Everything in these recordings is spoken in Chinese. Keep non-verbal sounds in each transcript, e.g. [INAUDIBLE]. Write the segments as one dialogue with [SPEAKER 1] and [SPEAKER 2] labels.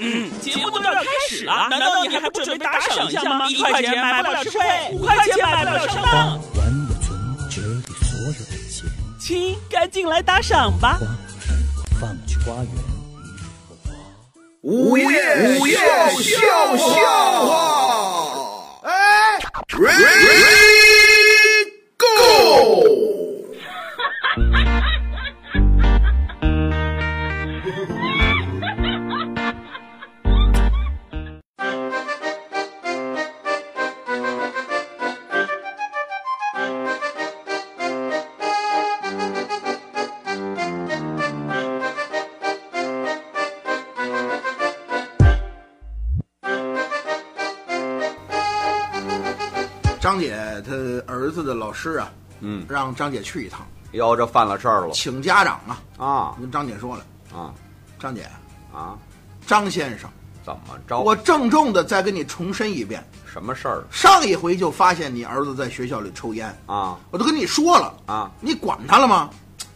[SPEAKER 1] 嗯，节目都要开始了，难道你还不准备打赏一下吗？一块钱买不了吃亏，五块钱买不了上
[SPEAKER 2] 花
[SPEAKER 1] 当。
[SPEAKER 2] 完我存折里所有的钱，
[SPEAKER 1] 亲，赶紧来打赏吧！
[SPEAKER 2] 花我山，放我去花园。
[SPEAKER 3] 午夜笑笑笑话，哎，Ready Go！张姐她儿子的老师啊，嗯，让张姐去一趟，
[SPEAKER 4] 哟，这犯了事儿了
[SPEAKER 3] 请家长啊。
[SPEAKER 4] 啊
[SPEAKER 3] 跟张姐说了，
[SPEAKER 4] 啊
[SPEAKER 3] 张姐，
[SPEAKER 4] 啊！
[SPEAKER 3] 张先生，
[SPEAKER 4] 怎么着？
[SPEAKER 3] 我郑重的再跟你重申一遍，
[SPEAKER 4] 什么事儿
[SPEAKER 3] 上一回就发现你儿子在学校里抽烟，
[SPEAKER 4] 啊？
[SPEAKER 3] 我都跟你说了
[SPEAKER 4] 啊，
[SPEAKER 3] 你管他了吗？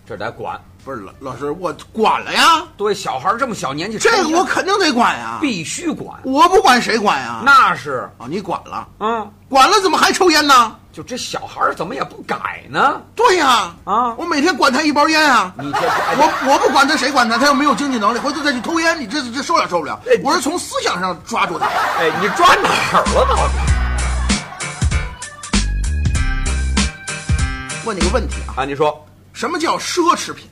[SPEAKER 4] 这得管。
[SPEAKER 3] 不是老老师，我管了呀，
[SPEAKER 4] 对小孩儿这么小年纪抽
[SPEAKER 3] 这
[SPEAKER 4] 烟，
[SPEAKER 3] 个我肯定得管呀，
[SPEAKER 4] 必须管。
[SPEAKER 3] 我不管谁管呀？
[SPEAKER 4] 那是
[SPEAKER 3] 啊，你管了，
[SPEAKER 4] 啊，
[SPEAKER 3] 管了怎么还抽烟呢？
[SPEAKER 4] 就这小孩儿怎么也不改呢？
[SPEAKER 3] 对呀，
[SPEAKER 4] 啊
[SPEAKER 3] 我每天管他一包烟啊。
[SPEAKER 4] 你这哎
[SPEAKER 3] 我我不管他谁管他，他又没有经济能力，回头再去偷烟，你这这受不了受不了
[SPEAKER 4] 哎。
[SPEAKER 3] 我是从思想上抓住他。
[SPEAKER 4] 哎，你抓哪儿了到底？
[SPEAKER 3] 问你个问题啊，
[SPEAKER 4] 啊，你说
[SPEAKER 3] 什么叫奢侈品？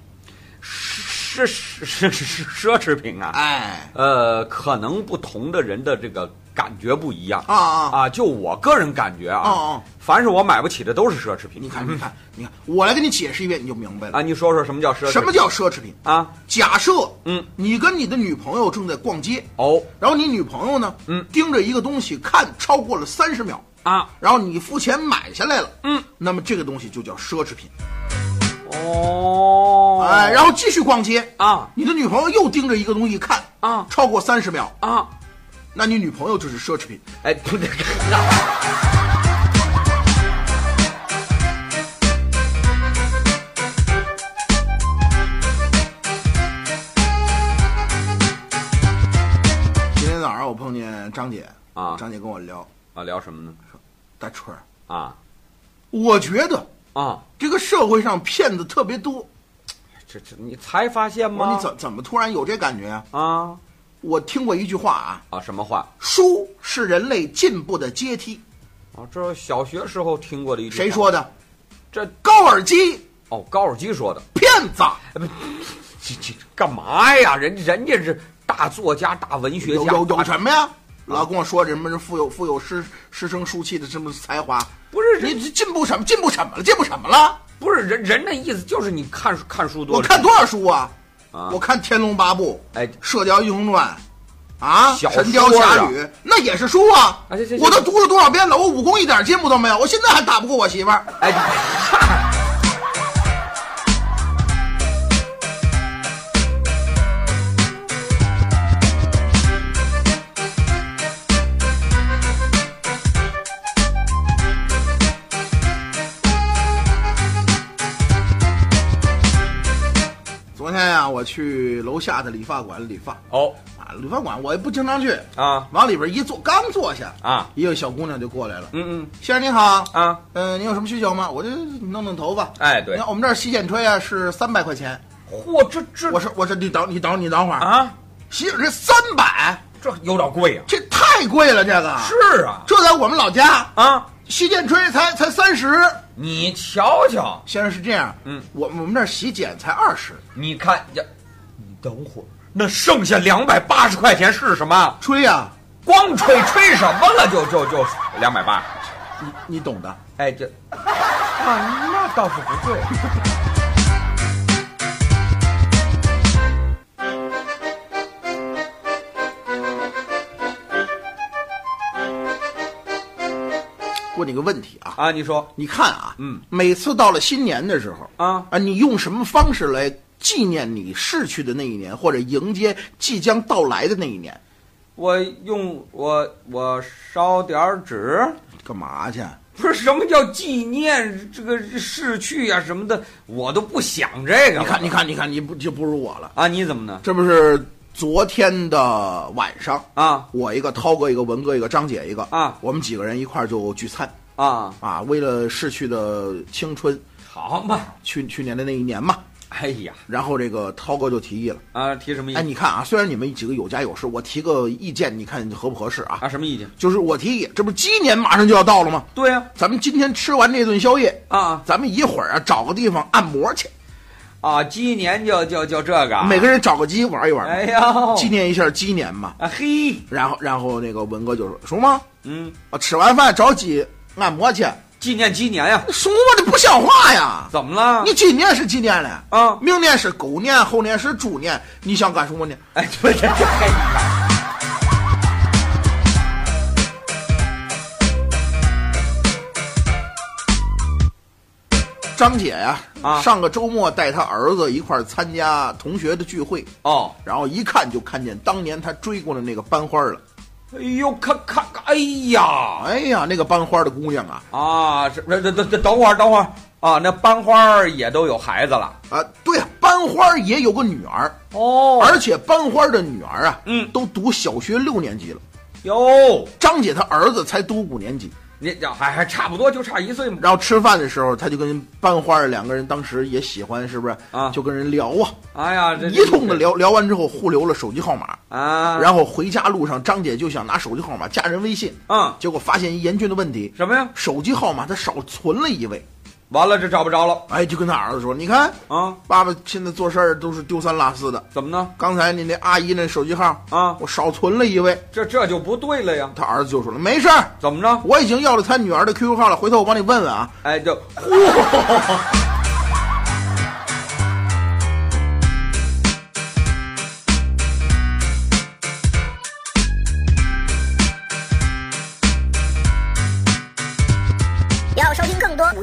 [SPEAKER 4] 是是是是奢侈品啊？
[SPEAKER 3] 哎，
[SPEAKER 4] 呃，可能不同的人的这个感觉不一样
[SPEAKER 3] 啊啊
[SPEAKER 4] 啊！就我个人感觉啊，
[SPEAKER 3] 啊啊
[SPEAKER 4] 凡是我买不起的都是奢侈品。
[SPEAKER 3] 你看你看你看，我来给你解释一遍，你就明白了。
[SPEAKER 4] 啊，你说说什么叫奢侈品？
[SPEAKER 3] 什么叫奢侈品？
[SPEAKER 4] 啊？
[SPEAKER 3] 假设
[SPEAKER 4] 嗯，
[SPEAKER 3] 你跟你的女朋友正在逛街，
[SPEAKER 4] 哦
[SPEAKER 3] 然后你女朋友呢，
[SPEAKER 4] 嗯
[SPEAKER 3] 盯着一个东西看超过了三十秒，
[SPEAKER 4] 啊
[SPEAKER 3] 然后你付钱买下来了，
[SPEAKER 4] 嗯，
[SPEAKER 3] 那么这个东西就叫奢侈品。
[SPEAKER 4] 哦
[SPEAKER 3] 哎，然后继续逛街，
[SPEAKER 4] 啊
[SPEAKER 3] 你的女朋友又盯着一个东西看，
[SPEAKER 4] 啊
[SPEAKER 3] 超过三十秒，
[SPEAKER 4] 啊！
[SPEAKER 3] 那你女朋友就是奢侈品。
[SPEAKER 4] 哎， [LAUGHS] 不对，
[SPEAKER 3] 今天早上我碰见张姐
[SPEAKER 4] 啊
[SPEAKER 3] 张姐跟我聊，
[SPEAKER 4] 啊，聊什么呢？
[SPEAKER 3] 大春儿，
[SPEAKER 4] 啊
[SPEAKER 3] 我觉得
[SPEAKER 4] 啊，
[SPEAKER 3] 这个社会上骗子特别多。
[SPEAKER 4] 这这你才发现
[SPEAKER 3] 我说
[SPEAKER 4] 吗？
[SPEAKER 3] 你怎怎么突然有这感觉啊？
[SPEAKER 4] 啊
[SPEAKER 3] 我听过一句话啊，
[SPEAKER 4] 啊什么话？
[SPEAKER 3] 书是人类进步的阶梯，
[SPEAKER 4] 啊，这是小学时候听过的一句。
[SPEAKER 3] 谁？说的？
[SPEAKER 4] 这
[SPEAKER 3] 高尔基
[SPEAKER 4] 哦，高尔基说的。 [LAUGHS]
[SPEAKER 3] 骗子。
[SPEAKER 4] 这这干嘛呀？人人家是大作家、大文学
[SPEAKER 3] 有
[SPEAKER 4] 家，啊
[SPEAKER 3] 有有什么呀？老跟我说什么是富有富有师师生书气的什么才华？
[SPEAKER 4] 不是人
[SPEAKER 3] 你这进步什么进步什么了？进步什么了？
[SPEAKER 4] 不是人人的意思就是你看书看书多，
[SPEAKER 3] 我看多少书啊？
[SPEAKER 4] 啊
[SPEAKER 3] 我看《天龙八部》，
[SPEAKER 4] 哎
[SPEAKER 3] 《射雕英雄传》，啊，
[SPEAKER 4] 小
[SPEAKER 3] 《神雕
[SPEAKER 4] 说啊
[SPEAKER 3] 侠侣》那也是书啊。
[SPEAKER 4] 啊这这这
[SPEAKER 3] 我都读了多少遍了，我武功一点进步都没有，我现在还打不过我媳妇儿。
[SPEAKER 4] 哎，嗨
[SPEAKER 3] 昨天呀、我去楼下的理发馆理发
[SPEAKER 4] 哦
[SPEAKER 3] 啊，理发馆我也不经常去，
[SPEAKER 4] 啊
[SPEAKER 3] 往里边一坐，刚坐下
[SPEAKER 4] 啊，
[SPEAKER 3] 一个小姑娘就过来了，
[SPEAKER 4] 嗯嗯
[SPEAKER 3] 先生您好，
[SPEAKER 4] 啊，
[SPEAKER 3] 嗯、您有什么需求吗？我就弄弄头发。
[SPEAKER 4] 哎对
[SPEAKER 3] 你看我们这儿洗剪吹啊是三百块钱，
[SPEAKER 4] 嚯，这这
[SPEAKER 3] 我说我说你等你等你等会儿，
[SPEAKER 4] 啊，
[SPEAKER 3] 洗剪吹三百，
[SPEAKER 4] 这有点贵呀、
[SPEAKER 3] 这太贵了，这个
[SPEAKER 4] 是啊，
[SPEAKER 3] 这在我们老家
[SPEAKER 4] 啊，
[SPEAKER 3] 洗剪吹才才三十，
[SPEAKER 4] 你瞧瞧，
[SPEAKER 3] 先生是这样，
[SPEAKER 4] 嗯，
[SPEAKER 3] 我们我们这儿洗剪才二十，
[SPEAKER 4] 你看呀，你等会儿，那剩下两百八十块钱是什么？
[SPEAKER 3] 吹呀、
[SPEAKER 4] 光吹吹什么了？就就就两百八，
[SPEAKER 3] 你你懂的。
[SPEAKER 4] 哎，这啊，那倒是不对。
[SPEAKER 3] 问你个问题啊，
[SPEAKER 4] 啊，你说
[SPEAKER 3] 你看啊，
[SPEAKER 4] 嗯，
[SPEAKER 3] 每次到了新年的时候
[SPEAKER 4] 啊
[SPEAKER 3] 啊，你用什么方式来纪念你逝去的那一年，或者迎接即将到来的那一年？
[SPEAKER 4] 我用我我烧点儿纸，
[SPEAKER 3] 干嘛去？
[SPEAKER 4] 不是什么叫纪念这个逝去啊呀、什么的，我都不想这个。
[SPEAKER 3] 你看，你看，你看，你不就不如我了？
[SPEAKER 4] 啊，你怎么呢？
[SPEAKER 3] 这不是昨天的晚上
[SPEAKER 4] 啊
[SPEAKER 3] 我一个涛哥一个文哥一个张姐一个
[SPEAKER 4] 啊
[SPEAKER 3] 我们几个人一块儿就聚餐
[SPEAKER 4] 啊，
[SPEAKER 3] 啊，为了逝去的青春，
[SPEAKER 4] 好嘛，
[SPEAKER 3] 去去年的那一年嘛。
[SPEAKER 4] 哎呀
[SPEAKER 3] 然后这个涛哥就提议了，
[SPEAKER 4] 啊，提什么意
[SPEAKER 3] 哎，
[SPEAKER 4] 见
[SPEAKER 3] 你看啊，虽然你们几个有家有室，我提个意见，你看合不合适啊？
[SPEAKER 4] 啊？什么意见？
[SPEAKER 3] 就是我提议，这不是鸡年马上就要到了吗？
[SPEAKER 4] 对呀
[SPEAKER 3] 咱们今天吃完这顿宵夜，
[SPEAKER 4] 啊
[SPEAKER 3] 咱们一会儿啊找个地方按摩去，
[SPEAKER 4] 啊，鸡年就就就这个啊，
[SPEAKER 3] 每个人找个鸡玩一玩嘛，
[SPEAKER 4] 哎呦，
[SPEAKER 3] 纪念一下鸡年嘛。
[SPEAKER 4] 啊嘿，
[SPEAKER 3] 然后，然后那个文哥就说：“什么？
[SPEAKER 4] 嗯，
[SPEAKER 3] 啊，吃完饭找鸡按摩去？
[SPEAKER 4] 纪念啊鸡年呀，
[SPEAKER 3] 什么？这不像话呀！
[SPEAKER 4] 怎么了？
[SPEAKER 3] 你今年是几年了？
[SPEAKER 4] 啊
[SPEAKER 3] 明年是狗年，后年是猪年，你想干什么呢？
[SPEAKER 4] 哎，对对对，
[SPEAKER 3] 张姐呀、
[SPEAKER 4] 啊
[SPEAKER 3] 上个周末带她儿子一块儿参加同学的聚会，
[SPEAKER 4] 哦，
[SPEAKER 3] 然后一看就看见当年她追过的那个班花了。
[SPEAKER 4] 哎呦，看看，哎呀，
[SPEAKER 3] 哎呀，那个班花的姑娘啊，
[SPEAKER 4] 啊，是，等等等，等会儿，等会儿啊，那班花儿也都有孩子了，
[SPEAKER 3] 啊，对啊，班花也有个女儿，
[SPEAKER 4] 哦
[SPEAKER 3] 而且班花的女儿啊，
[SPEAKER 4] 嗯
[SPEAKER 3] 都读小学六年级了。
[SPEAKER 4] 哟，
[SPEAKER 3] 张姐她儿子才读五年级，
[SPEAKER 4] 你这还还差不多，就差一岁嘛，
[SPEAKER 3] 然后吃饭的时候，她就跟班花两个人当时也喜欢，是不是
[SPEAKER 4] 啊
[SPEAKER 3] 就跟人聊啊，
[SPEAKER 4] 哎呀，这
[SPEAKER 3] 一通的聊聊完之后，互留了手机号码。
[SPEAKER 4] 啊，
[SPEAKER 3] 然后回家路上，张姐就想拿手机号码加人微信，
[SPEAKER 4] 嗯，
[SPEAKER 3] 结果发现一严峻的问题，
[SPEAKER 4] 什么呀？
[SPEAKER 3] 手机号码她少存了一位。
[SPEAKER 4] 完了，这找不着了
[SPEAKER 3] 哎，就跟她儿子说：“你看，
[SPEAKER 4] 啊？
[SPEAKER 3] 爸爸现在做事儿都是丢三落四的。
[SPEAKER 4] 怎么呢？
[SPEAKER 3] 刚才你那阿姨那手机号，
[SPEAKER 4] 啊，
[SPEAKER 3] 我少存了一位。
[SPEAKER 4] 这这就不对了呀？
[SPEAKER 3] 他儿子就说了：“没事儿，
[SPEAKER 4] 怎么着？
[SPEAKER 3] 我已经要了他女儿的 QQ 号了，回头我帮你问问啊。
[SPEAKER 4] 哎，这”
[SPEAKER 5] 要收听更多午